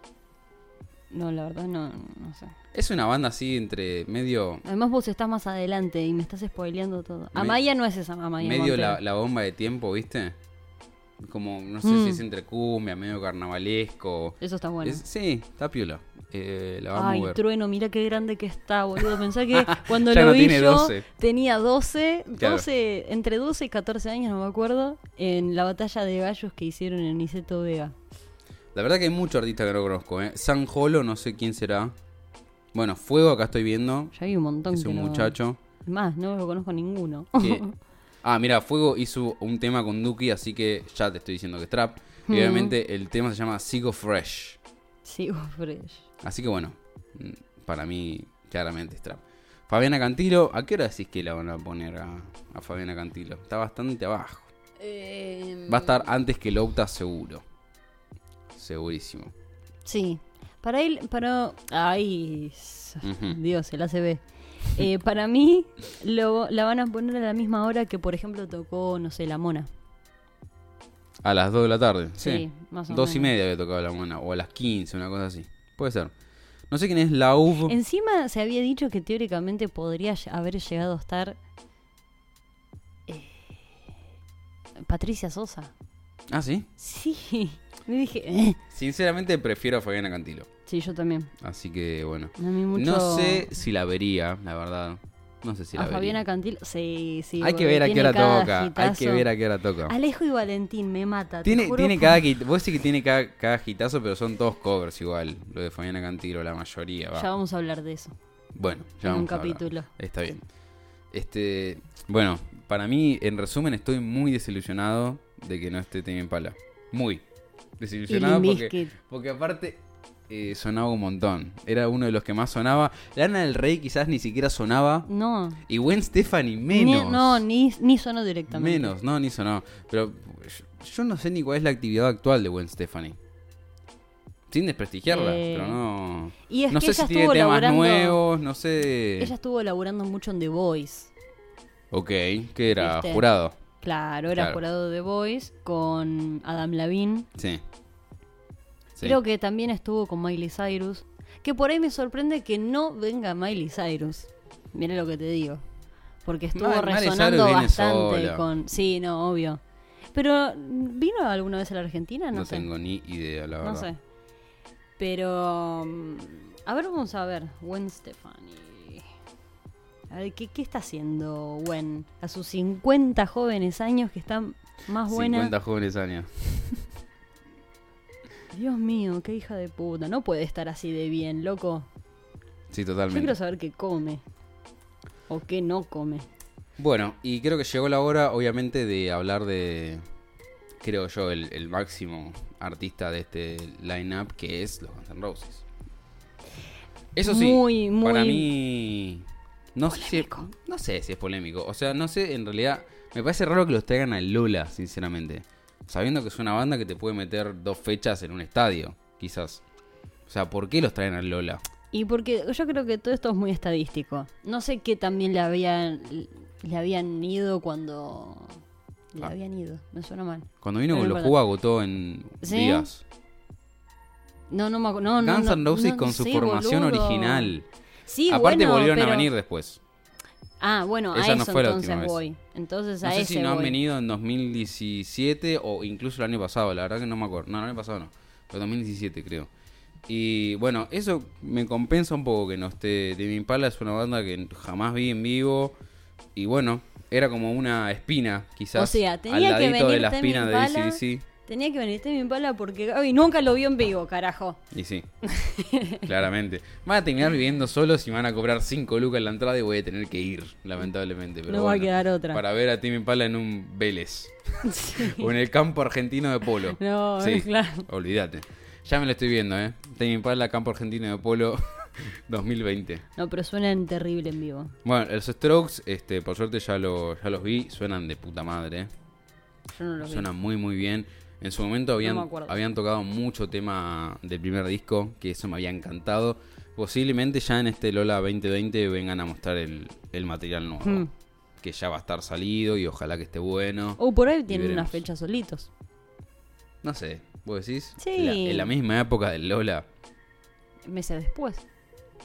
No, la verdad, no, no sé.
Es una banda así entre medio.
Además, vos estás más adelante y me estás spoileando todo.
Me-
Amaya no es esa Amaya.
medio
Montero.
la, la bomba de tiempo, ¿viste? Como, no sé
Mm.
si es entre cumbia, medio carnavalesco.
Eso está bueno.
Es- sí, está piola. Eh, la vamos
Ay,
a ver.
trueno, mira qué grande que está, boludo. Pensá que cuando
Ya
lo
no
vi
tiene
yo
12.
tenía 12,
Claro.
12, entre 12 y 14 años, no me acuerdo, en la batalla de gallos que hicieron en Niceto Vega.
La verdad que hay muchos artistas que no conozco, ¿eh? San Jolo, no sé quién será. Bueno, Fuego acá estoy viendo.
Ya hay un montón
Es
que
un
no-
muchacho.
Es Más, no lo conozco ninguno.
que- Ah, mira, Fuego hizo un tema con Duki, así que ya te estoy diciendo que es trap. Y
Mm.
obviamente el tema se llama Sigo Fresh.
Sigo fresh.
Así que bueno, mm, para mí claramente es trap. Fabiana Cantilo, ¿a qué hora decís que la van a poner a, a Fabiana Cantilo? Está bastante abajo. Em, Va a estar antes que Louta seguro. Segurísimo.
Sí. Para él, para. Ay, s-
Ujú.
Dios, el ACB. Eh, para mí, lo, la van a poner a la misma hora que, por ejemplo, tocó, no sé, La Mona.
A las 2 de la tarde. Sí,
Sí, más o
Dos y
menos.
media había tocado la mona, o a las 15, una cosa así. Puede ser. No sé quién es la UV.
Encima se había dicho que teóricamente podría ll- haber llegado a estar. eh, Patricia Sosa.
Ah, sí.
Sí. Me dije. eh.
Sinceramente prefiero a Fabiana Cantilo.
Sí, yo también.
Así que bueno.
A mí mucho-
No sé si la vería, la verdad. No sé si la
a Fabiana
vería.
Cantil. Sí, sí.
Hay que
boludo,
ver a qué
tiene
hora
cada
toca. Hay que
hitazo.
ver a qué hora toca.
Alejo y Valentín me mata. te
Tiene,
juro
tiene
por-
cada gui- Vos sí que tiene cada, cada hitazo, pero son todos covers igual. Lo de Fabiana Cantilo, la mayoría. va.
Ya vamos a hablar de eso.
Bueno, ya
en un
vamos a hablar.
capítulo.
Está bien. Este, bueno, para mí, en resumen, estoy muy desilusionado de que no esté Tame Impala. Muy desilusionado
Y Limp
porque,
Bizkit.
porque aparte eh, sonaba un montón. Era uno de los que más sonaba. Lana del Rey quizás ni siquiera sonaba.
No.
Y Gwen Stefani
Ni-
menos.
no, ni, ni sonó directamente.
menos, no, ni sonaba. Pero yo, yo no sé ni cuál es la actividad actual de Gwen Stefani. Sin desprestigiarla,
Eh,
pero no.
Y es
no
que
sé
ella
si tiene
estuvo
temas
laburando.
nuevos, no sé.
Ella estuvo laburando mucho en The Voice.
Ok, que era
¿Viste?
jurado.
Claro, era
Claro.
jurado de The Voice con Adam Levine.
Sí. Sí.
Creo que también estuvo con Miley Cyrus. Que por ahí me sorprende que no venga Miley Cyrus. Mira lo que te digo. Porque estuvo
Ma- Miley
resonando
Cyrus viene
bastante
sola.
con. Sí, no, obvio. Pero, ¿vino alguna vez a la Argentina?
no
No, sé.
tengo ni idea, la verdad.
No sé. Pero. mm, A ver, vamos a ver. Gwen Stefani. A ver, ¿qué, qué está haciendo Gwen? A sus 50 jóvenes años que están más buena.
50 jóvenes años.
Dios mío, qué hija de puta. No puede estar así de bien, loco.
Sí,
Yo quiero
totalmente.
saber qué come. O qué no come.
Bueno, y creo que llegó la hora, obviamente, de hablar de, creo yo, el, el máximo artista de este line-up, que es los Guns N' Roses. Eso sí,
Muy, muy-
para mí... No sé,
Polémico.
no sé si es polémico. O sea, no sé, en realidad, me parece raro que los traigan al Lola, sinceramente. Sabiendo que es una banda que te puede meter dos fechas en un estadio, quizás. O sea, ¿por qué los traen al Lola?
Y porque yo creo que todo esto es muy estadístico. No sé qué también le habían, le habían ido cuando... Le
Ah.
habían ido, me suena mal.
Cuando vino
No
con
me
los
acuerdo.
Who agotó en
¿Sí?
días.
No, no me acu- no, no,
Guns
no,
N' Roses
no
con su
sé,
formación
boludo.
original.
Sí,
Aparte
bueno,
volvieron
pero-
a venir después.
Ah, bueno,
Esa
a
no
eso
fue la última
entonces
vez.
voy. Entonces a
No sé
ese
si no han
voy.
venido en 2017 o incluso el año pasado, la verdad que no me acuerdo. No, el año pasado no, pero 2017 creo. Y bueno, eso me compensa un poco que no esté Tame Impala, es una banda que jamás vi en vivo y bueno, era como una espina quizás
O sea,
al
tenía que
ladito de
venir
la
Tame
espina de
Impala.
ACDC.
Tenía que venir Temi Impala porque Gaby nunca lo vio en vivo, carajo.
Y sí, claramente. Van a terminar viviendo solos y van a cobrar 5 lucas en la entrada y voy a tener que ir, lamentablemente. Pero
No va a
bueno,
quedar otra.
Para ver a Tim Impala en un Vélez.
Sí.
o en el campo argentino de polo.
No,
Sí,
claro.
Olvídate. Ya me lo estoy viendo, ¿eh? Tim Impala, campo argentino de polo 2020.
No, pero suenan terrible en vivo.
Bueno, los Strokes, este, por suerte ya, lo, ya los vi, suenan de puta madre. ¿eh?
Yo no lo vi.
Suena muy muy bien. En su momento habían,
me acuerdo.
habían tocado mucho tema del primer disco, que eso me había encantado. Posiblemente ya en este Lola 2020 vengan a mostrar el, el material nuevo,
Hmm.
que ya va a estar salido y ojalá que esté bueno.
O por ahí tienen
veremos.
unas fechas solitos.
No sé, ¿vos decís?
Sí.
En la- en la misma época del Lola,
Meses después.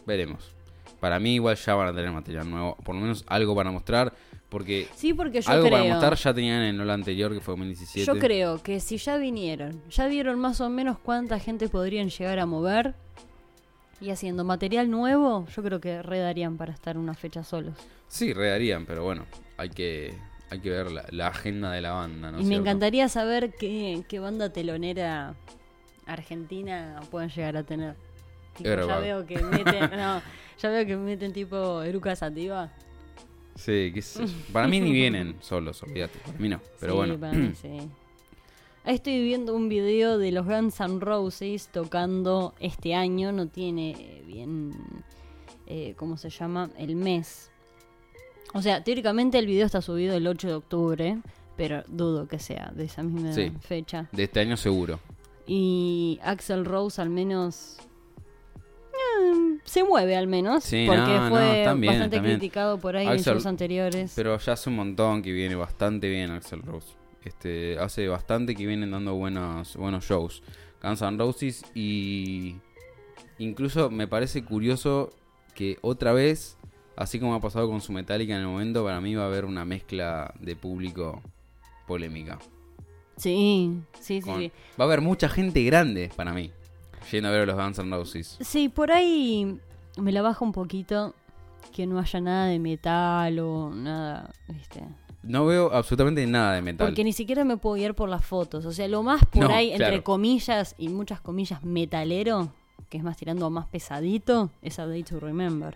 veremos. Para mí igual ya van a tener material nuevo, por lo menos algo para mostrar, porque
Sí, porque yo
algo
creo.
para mostrar ya tenían en el Lola anterior, que fue 2017.
Yo creo que si ya vinieron, ya vieron más o menos cuánta gente podrían llegar a mover. Y haciendo material nuevo, yo creo que redarían para estar una fecha solos.
Sí, redarían, pero bueno, hay que, hay que ver la, la agenda de la banda, ¿no?
y
es
me
cierto?
encantaría saber qué, qué banda telonera argentina pueden llegar a tener. Tipo, ya
Airbag.
veo que meten, no, ya veo que meten tipo Eruca Sativa.
Sí, qué sé yo. Para mí ni vienen solos, olvídate. Para mí no, pero
Sí,
bueno.
para mí sí. Ahí estoy viendo un video de los Guns N' Roses tocando este año, no tiene eh, bien, eh, ¿cómo se llama? El mes. O sea, teóricamente el video está subido el 8 de octubre, pero dudo que sea de esa misma
Sí.
fecha.
De este año seguro.
Y Axel Rose al menos eh, se mueve al menos,
Sí,
porque
no, no,
fue
están bien,
bastante
están bien.
criticado por ahí en
Axel-
shows anteriores.
Pero ya hace un montón que viene bastante bien Axel Rose. Este, hace bastante que vienen dando buenos, buenos shows. Guns N' Roses y incluso me parece curioso que otra vez, así como ha pasado con su Metallica en el momento, para mí va a haber una mezcla de público polémica.
Sí, sí, sí,
Con-
sí.
Va a haber mucha gente grande para mí yendo a ver a los Guns N' Roses.
Sí, por ahí me la baja un poquito que no haya nada de metal o nada, ¿viste?
No veo absolutamente nada de metal.
Porque ni siquiera me puedo guiar por las fotos. O sea, lo más por
No,
ahí, entre
claro.
comillas y muchas comillas, metalero, que es más tirando a más pesadito, es A Day to Remember.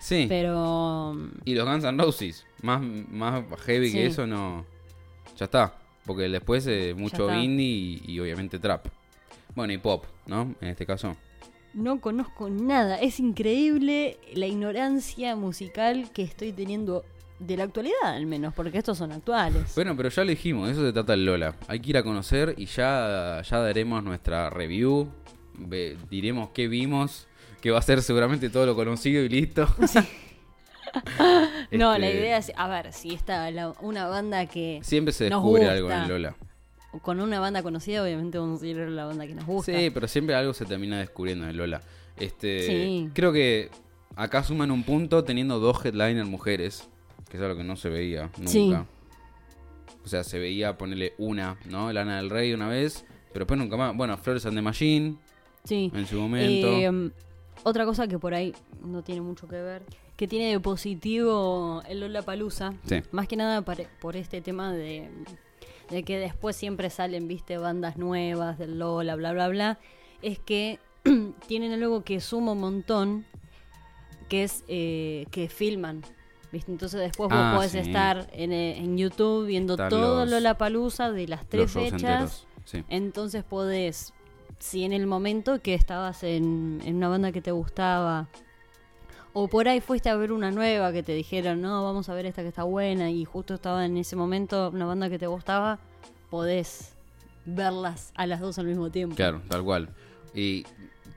Sí.
Pero. um,
Y los Guns N' Roses, más, más heavy
Sí.
que eso, no. Ya está. Porque después eh, mucho
está.
indie y, y obviamente trap. Bueno, y pop, ¿no? En este caso.
No conozco nada. Es increíble la ignorancia musical que estoy teniendo de la actualidad, al menos, porque estos son actuales.
Bueno, pero ya lo dijimos, de eso se trata el Lola. Hay que ir a conocer y ya, ya daremos nuestra review. ve- diremos qué vimos, que va a ser seguramente todo lo conocido y listo.
No,
Este,
la idea es, a ver, si está la- una banda que
Siempre se
nos
descubre algo en
gusta.
el Lola.
con una banda conocida, obviamente vamos a ir a la banda que nos gusta.
Sí, pero siempre algo se termina descubriendo en Lola. Este,
Sí.
Creo que acá suman un punto teniendo dos headliners mujeres, que es algo que no se veía nunca.
Sí.
O sea, se veía ponerle una, ¿no? Lana del Rey una vez, pero después nunca más. Bueno, Flores and the Machine
Sí.
en su momento.
Eh, otra cosa que por ahí no tiene mucho que ver, que tiene de positivo el Lola Palusa,
Sí.
más que nada pare- por este tema de, de que después siempre salen, viste, bandas nuevas del Lola, bla, bla, bla, es que tienen algo que suma un montón, que es eh, que filman. ¿Viste? Entonces después
Ah,
vos podés
sí.
estar en, eh, en YouTube viendo
Están
todo
los-
Lola Palusa de las
los
tres
shows
fechas.
enteros. Sí.
Entonces podés, si en el momento que estabas en, en una banda que te gustaba, o por ahí fuiste a ver una nueva que te dijeron, no, vamos a ver esta que está buena, y justo estaba en ese momento una banda que te gustaba, podés verlas a las dos al mismo tiempo.
Claro, tal cual. Y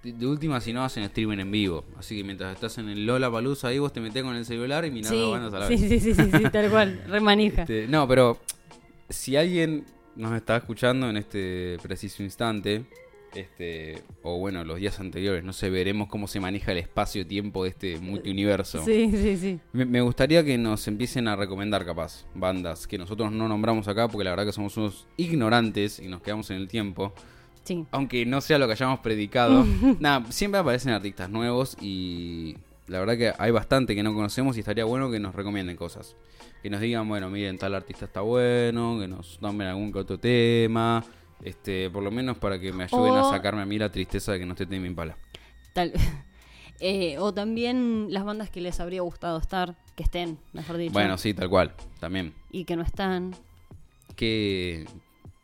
de- de última, si no, hacen streaming en vivo. Así que mientras estás en el Lola Palusa ahí, vos te metés con el celular y mirás
Sí,
las bandas a la
sí,
vez.
sí, sí, sí, sí, tal cual, remanija.
Este, no, pero si alguien nos está escuchando en este preciso instante, este, o bueno, los días anteriores, no sé, veremos cómo se maneja el espacio-tiempo de este multiuniverso.
Sí, sí, sí.
Me, me gustaría que nos empiecen a recomendar, capaz, bandas que nosotros no nombramos acá, porque la verdad que somos unos ignorantes y nos quedamos en el tiempo.
Sí.
Aunque no sea lo que hayamos predicado. Nada, siempre aparecen artistas nuevos y la verdad que hay bastante que no conocemos y estaría bueno que nos recomienden cosas. Que nos digan, bueno, miren, tal artista está bueno, que nos nombren algún que otro tema. Este, por lo menos para que me ayuden a
O-
sacarme a mí la tristeza de que no esté Tame Impala.
Tal. Eh, o también las bandas que les habría gustado estar, que estén, mejor dicho,
Bueno, sí, tal cual, también.
y que no están.
¿Qué,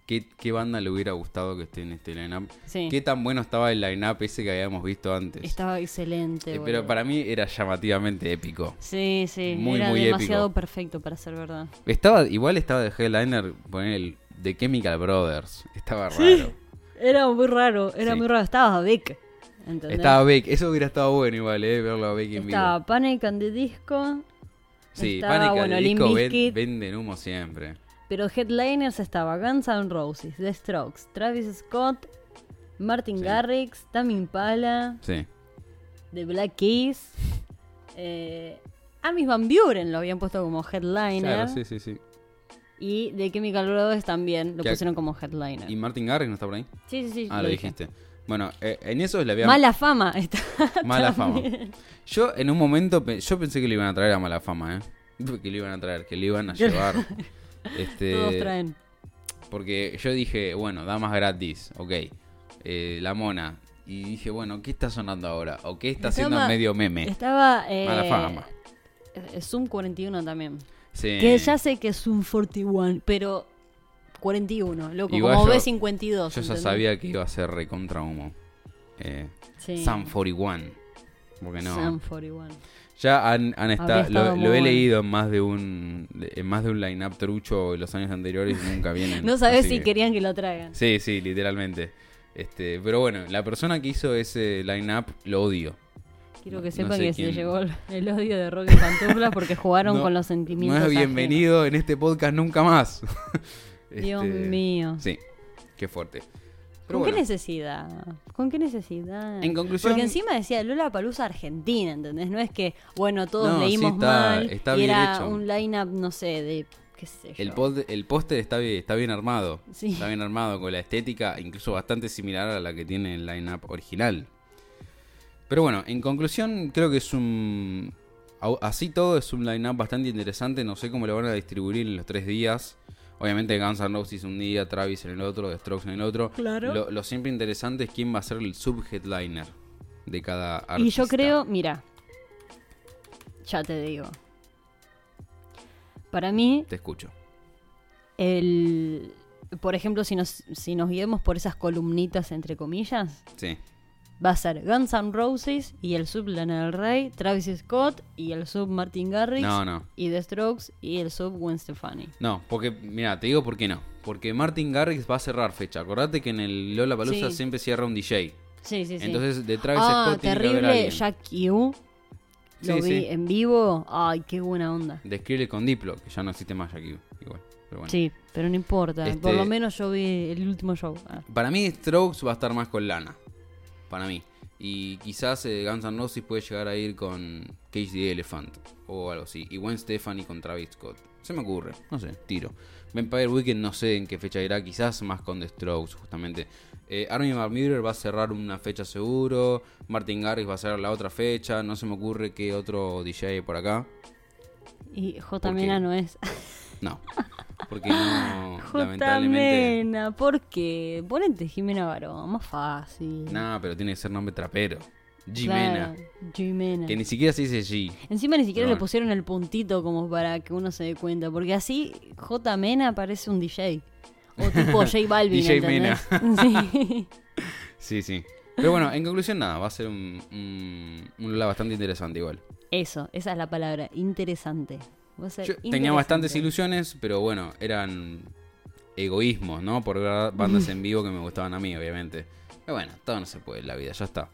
qué, qué banda le hubiera gustado que esté en este lineup?
Sí.
¿Qué tan bueno estaba el lineup ese que habíamos visto antes?
Estaba excelente.
Eh,
boludo.
pero para mí era llamativamente épico.
Sí, sí.
Muy,
era
muy
demasiado
épico.
perfecto para ser verdad.
Estaba, igual estaba de headliner, poner el de Chemical Brothers. Estaba raro.
Era muy raro,
era Sí. muy
raro. Estaba Beck. ¿entendés?
Estaba Beck, eso hubiera estado bueno igual, eh, verlo a Beck en vivo.
Estaba Panic and the Disco,
Sí,
estaba,
Panic!
bueno,
at the
Limp
Disco ven-
Bizkit.
venden humo siempre.
pero headliners estaba Guns N' Roses, The Strokes, Travis Scott, Martin
Sí.
Garrix, Tame Impala,
Sí.
The Black Keys, eh, Armin Van Buren lo habían puesto como headliner
Claro, sí, sí, sí.
y The Chemical Brothers también lo
Que-
pusieron como headliner.
¿Y Martin Garrix no está por ahí?
Sí, sí, sí.
Ah, lo
dije.
dijiste. Bueno, eh, en eso le había
Mala fama está.
mala fama.
también.
Yo en un momento pe- yo pensé que le iban a traer a mala fama, ¿eh? Que le iban a traer, que le iban a llevar. este,
Todos traen.
Porque yo dije, bueno, damas gratis, ok. Eh, la mona. Y dije, bueno, ¿qué está sonando ahora? ¿O qué está haciendo
Estaba-
medio meme?
Estaba. Eh,
Mala fama. Eh.
eh, Zoom 41 también.
Sí.
Que ya sé que es Zoom 41, pero 41, loco.
Igual
como
yo-
B52.
Yo ya
¿entendés?
sabía que iba a ser recontra humo. Eh,
Sí.
Sam 41. Porque no.
Sam 41.
Ya han, han
Habría
estado.
estado
Lo,
muy
lo he
bueno.
leído en más de un. En más de un line-up trucho en los años anteriores y nunca vienen.
No sabés
Así
si
que-
querían que lo traigan.
Sí, sí, literalmente. Este, pero bueno, la persona que hizo ese line-up lo odio.
Quiero
No-
que
no
sepan
sé
que
quién.
se llevó el, el odio de Rock y Pantuflas porque jugaron
No-
con los
No
sentimientos.
es
ajenos.
bienvenido en este podcast nunca más.
Dios
Este,
mío.
Sí, qué fuerte.
¿Con
Pero bueno,
qué necesidad? ¿Con qué necesidad?
en conclusión,
Porque encima decía Lola Palusa Argentina, ¿entendés? No es que, bueno, todos
No, sí,
leímos
está-
mal
está
y
bien
era
hecho.
un line-up, no sé, de qué sé yo.
el, pod- el póster está bien, está bien armado.
Sí.
Está bien armado con la estética, incluso bastante similar a la que tiene el line-up original. Pero bueno, en conclusión, creo que es un. au- Así todo, es un line-up bastante interesante. No sé cómo lo van a distribuir en los tres días. Obviamente, Guns N' Roses un día, Travis en el otro, The Strokes en el otro.
Claro.
Lo, lo siempre interesante es quién va a ser el subheadliner de cada artista.
Y yo creo, mira, ya te digo. Para mí,
Te escucho.
el... Por ejemplo, si nos, si nos guiamos por esas columnitas, entre comillas,
Sí.
va a ser Guns N' Roses y el sub Lana del Rey, Travis Scott y el sub Martin Garrix
No, no.
y The Strokes y el sub Gwen Stefani.
No, porque, mira, te digo por qué no. Porque Martin Garrix va a cerrar fecha. Acordate que en el Lola Palusa
Sí.
siempre cierra un DJ.
Sí, sí, sí.
Entonces, de Travis
ah,
Scott tiene que haber
terrible
alguien.
Jack Yu. Lo
Sí,
vi
sí.
en vivo. Ay, qué buena onda.
De Skrill con Diplo, que ya no existe más aquí. Igual. Pero bueno.
Sí, pero no importa.
Este-
Por lo menos yo vi el último show. Ah.
Para mí, Strokes va a estar más con Lana. Para mí. Y quizás eh, Guns N' Roses puede llegar a ir con Cage the Elephant o algo así. Y Gwen Stefani con Travis Scott. Se me ocurre, no sé, tiro. Vampire Weekend no sé en qué fecha irá, quizás más con The Strokes, justamente. Eh, Army Van Buuren va a cerrar una fecha seguro. Martin Garrix va a cerrar la otra fecha. No se me ocurre que otro DJ hay por acá.
Y J.
¿Por qué?
Mena no es.
No. Porque no,
J.
lamentablemente.
Mena, ¿por qué? Ponete Jimena Barón, más fácil.
No, pero tiene que ser nombre trapero. Jimena.
Claro, Jimena.
Que ni siquiera se dice G.
Encima ni siquiera
Pero
le
bueno.
pusieron el puntito como para que uno se dé cuenta. Porque así J. Mena parece un DJ. O tipo J Balvin.
DJ
¿entendés? Sí.
Sí, sí. Pero bueno, en conclusión, nada, va a ser un, un, un Lola bastante interesante igual.
Eso, esa es la palabra. Interesante. Va a ser
Yo tenía bastantes
interesante.
ilusiones, pero bueno, eran egoísmos, ¿no? Por ver bandas en vivo que me gustaban a mí, obviamente. Pero bueno, todo no se puede en la vida, ya está.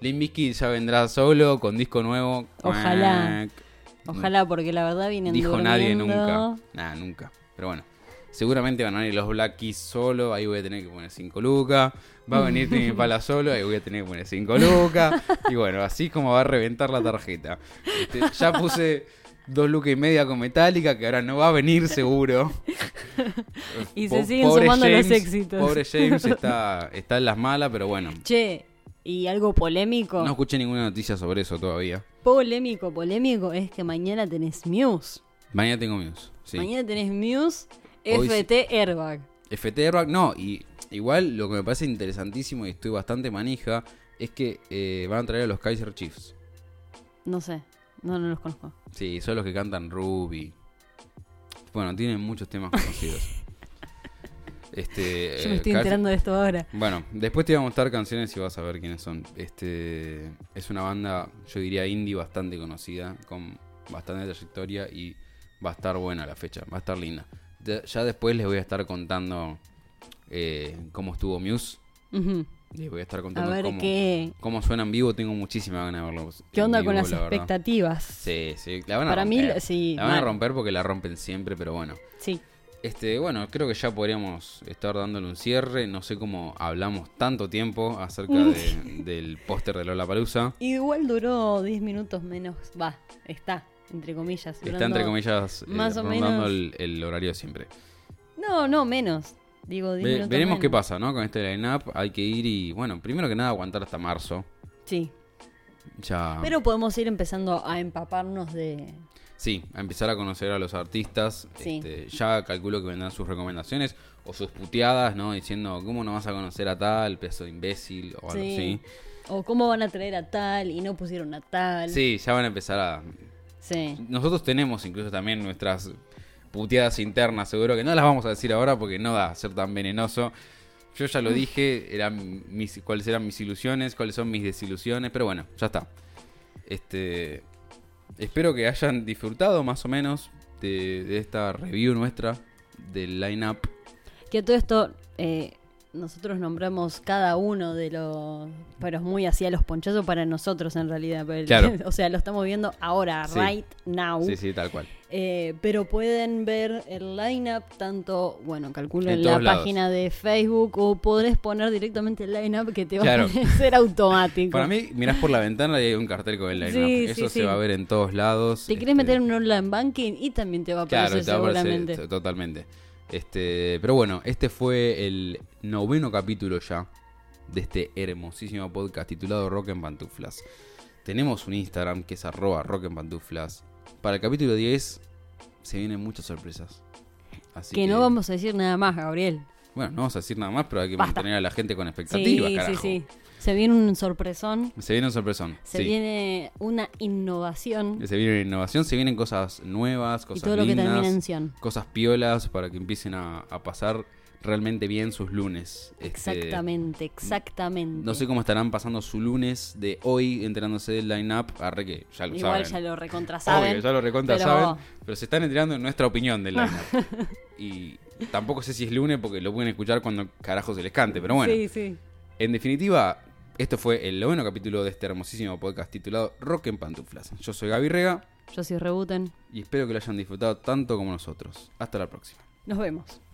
Limbisky ya vendrá solo, con disco nuevo.
Ojalá.
Cuac.
Ojalá, porque la verdad vienen
Dijo nadie
durmiendo.
nunca. Nada, nunca. Pero bueno. Seguramente van a venir los Black Keys solo, ahí voy a tener que poner 5 lucas. Va a venir Timmy Pala solo, ahí voy a tener que poner 5 lucas. Y bueno, así es como va a reventar la tarjeta. Este, ya puse 2 lucas y media con Metallica, que ahora no va a venir seguro.
Y
Po-
se siguen sumando los éxitos.
Pobre James está, está en las malas, pero bueno.
Che, y algo polémico.
No escuché ninguna noticia sobre eso todavía.
Polémico, polémico es que mañana tenés Muse.
Mañana tengo news. Sí.
Mañana tenés Muse
Hoy
FT Airbag.
FT Airbag, no, y igual lo que me parece interesantísimo y estoy bastante manija es que eh, van a traer a los Kaiser Chiefs.
No sé, no, no los conozco.
Sí, son los que cantan Ruby. Bueno, tienen muchos temas conocidos. este,
Yo
eh,
me estoy
Kaiser-
enterando de esto ahora.
Bueno, después te voy a mostrar canciones y vas a ver quiénes son. Este es una banda, yo diría indie bastante conocida, con bastante trayectoria y va a estar buena la fecha, va a estar linda. De- ya después les voy a estar contando eh, cómo estuvo Muse.
Ujú.
Les voy a estar
A
contando
ver
cómo,
qué,
cómo suena en vivo. Tengo muchísima ganas de verlos.
qué
en
onda
vivo,
con las
la verdad.
expectativas.
Sí, sí, la van a
Para mí,
romper.
sí,
La van a
mal.
romper porque la rompen siempre, pero bueno.
Sí.
Este, bueno, creo que ya podríamos estar dándole un cierre. No sé cómo hablamos tanto tiempo acerca de- del póster de Lola Palusa.
Igual duró 10 minutos menos. Va, está, entre comillas.
Está entre
durando-
comillas eh,
más o
rondando
menos.
el, el horario siempre.
No, no, menos. Digo, 10
Ve-
minutos
veremos qué
menos.
pasa, ¿no? Con este line-up hay que ir y, bueno, primero que nada aguantar hasta marzo.
Sí.
Ya.
Pero podemos ir empezando a empaparnos de.
Sí, a empezar a conocer a los artistas.
Sí.
Este, ya calculo que vendrán sus recomendaciones o sus puteadas, ¿no? Diciendo, ¿cómo no vas a conocer a tal, pedazo de imbécil o algo
Sí. O cómo van a traer a tal y no pusieron a tal.
así? Sí, ya van a empezar a...
Sí.
Nosotros tenemos incluso también nuestras puteadas internas, seguro que no las vamos a decir ahora porque no da ser tan venenoso. Yo ya
Mm.
lo dije, eran mis, cuáles eran mis ilusiones, cuáles son mis desilusiones, pero bueno, ya está. Este, espero que hayan disfrutado más o menos de, de esta review nuestra del line-up.
Que todo esto, eh, nosotros nombramos cada uno de los. Pero es muy hacia los ponchazos para nosotros en realidad. pero-
Claro.
o sea, lo estamos viendo ahora,
Sí.
right now.
Sí, sí, tal cual.
Eh, pero pueden ver el lineup tanto, bueno, calculo
En
en, la
todos lados.
página de Facebook o podés poner directamente el lineup que te va
Claro.
a ser automático.
Para mí, mirás por la ventana y hay un cartel con el line
Sí, sí,
Eso se
sí.
va a ver en todos lados.
te querés
este,
meter en un online banking y también te va a
Claro,
aparecer
te va a aparecer,
seguramente.
t- totalmente. Este, pero bueno, este fue el noveno capítulo ya de este hermosísimo podcast titulado Rock en Pantuflas. Tenemos un Instagram que es arroba Rock en Pantuflas. Para el capítulo 10 se vienen muchas sorpresas. Así
que, no vamos a decir nada más, Gabriel.
Bueno, no vamos a decir nada más, pero hay que
Basta.
mantener a la gente con expectativas,
Sí, sí,
carajo.
sí. Se viene un sorpresón,
Se viene un sorpresón.
se
sí.
viene una innovación
Se viene una innovación, se vienen cosas nuevas,
y
cosas
todo lo que
lindas. eh,
termina en Sion.
cosas piolas para que empiecen a, a pasar realmente bien sus lunes. Este,
Exactamente, exactamente.
No sé cómo estarán pasando su lunes de hoy enterándose del line-up. Arre que ya lo
Igual ya
saben.
lo recontrasaben.
Obvio, ya lo recontra
pero-
saben. Pero se están enterando en nuestra opinión del line-up. y tampoco sé si es lunes porque lo pueden escuchar cuando carajo se les cante. Pero bueno,
Sí, sí.
en definitiva, esto fue el noveno capítulo de este hermosísimo podcast titulado Rock en Pantuflas. Yo soy Gaby Rega
Yo soy Rebuten.
y espero que lo hayan disfrutado tanto como nosotros. Hasta la próxima.
Nos vemos.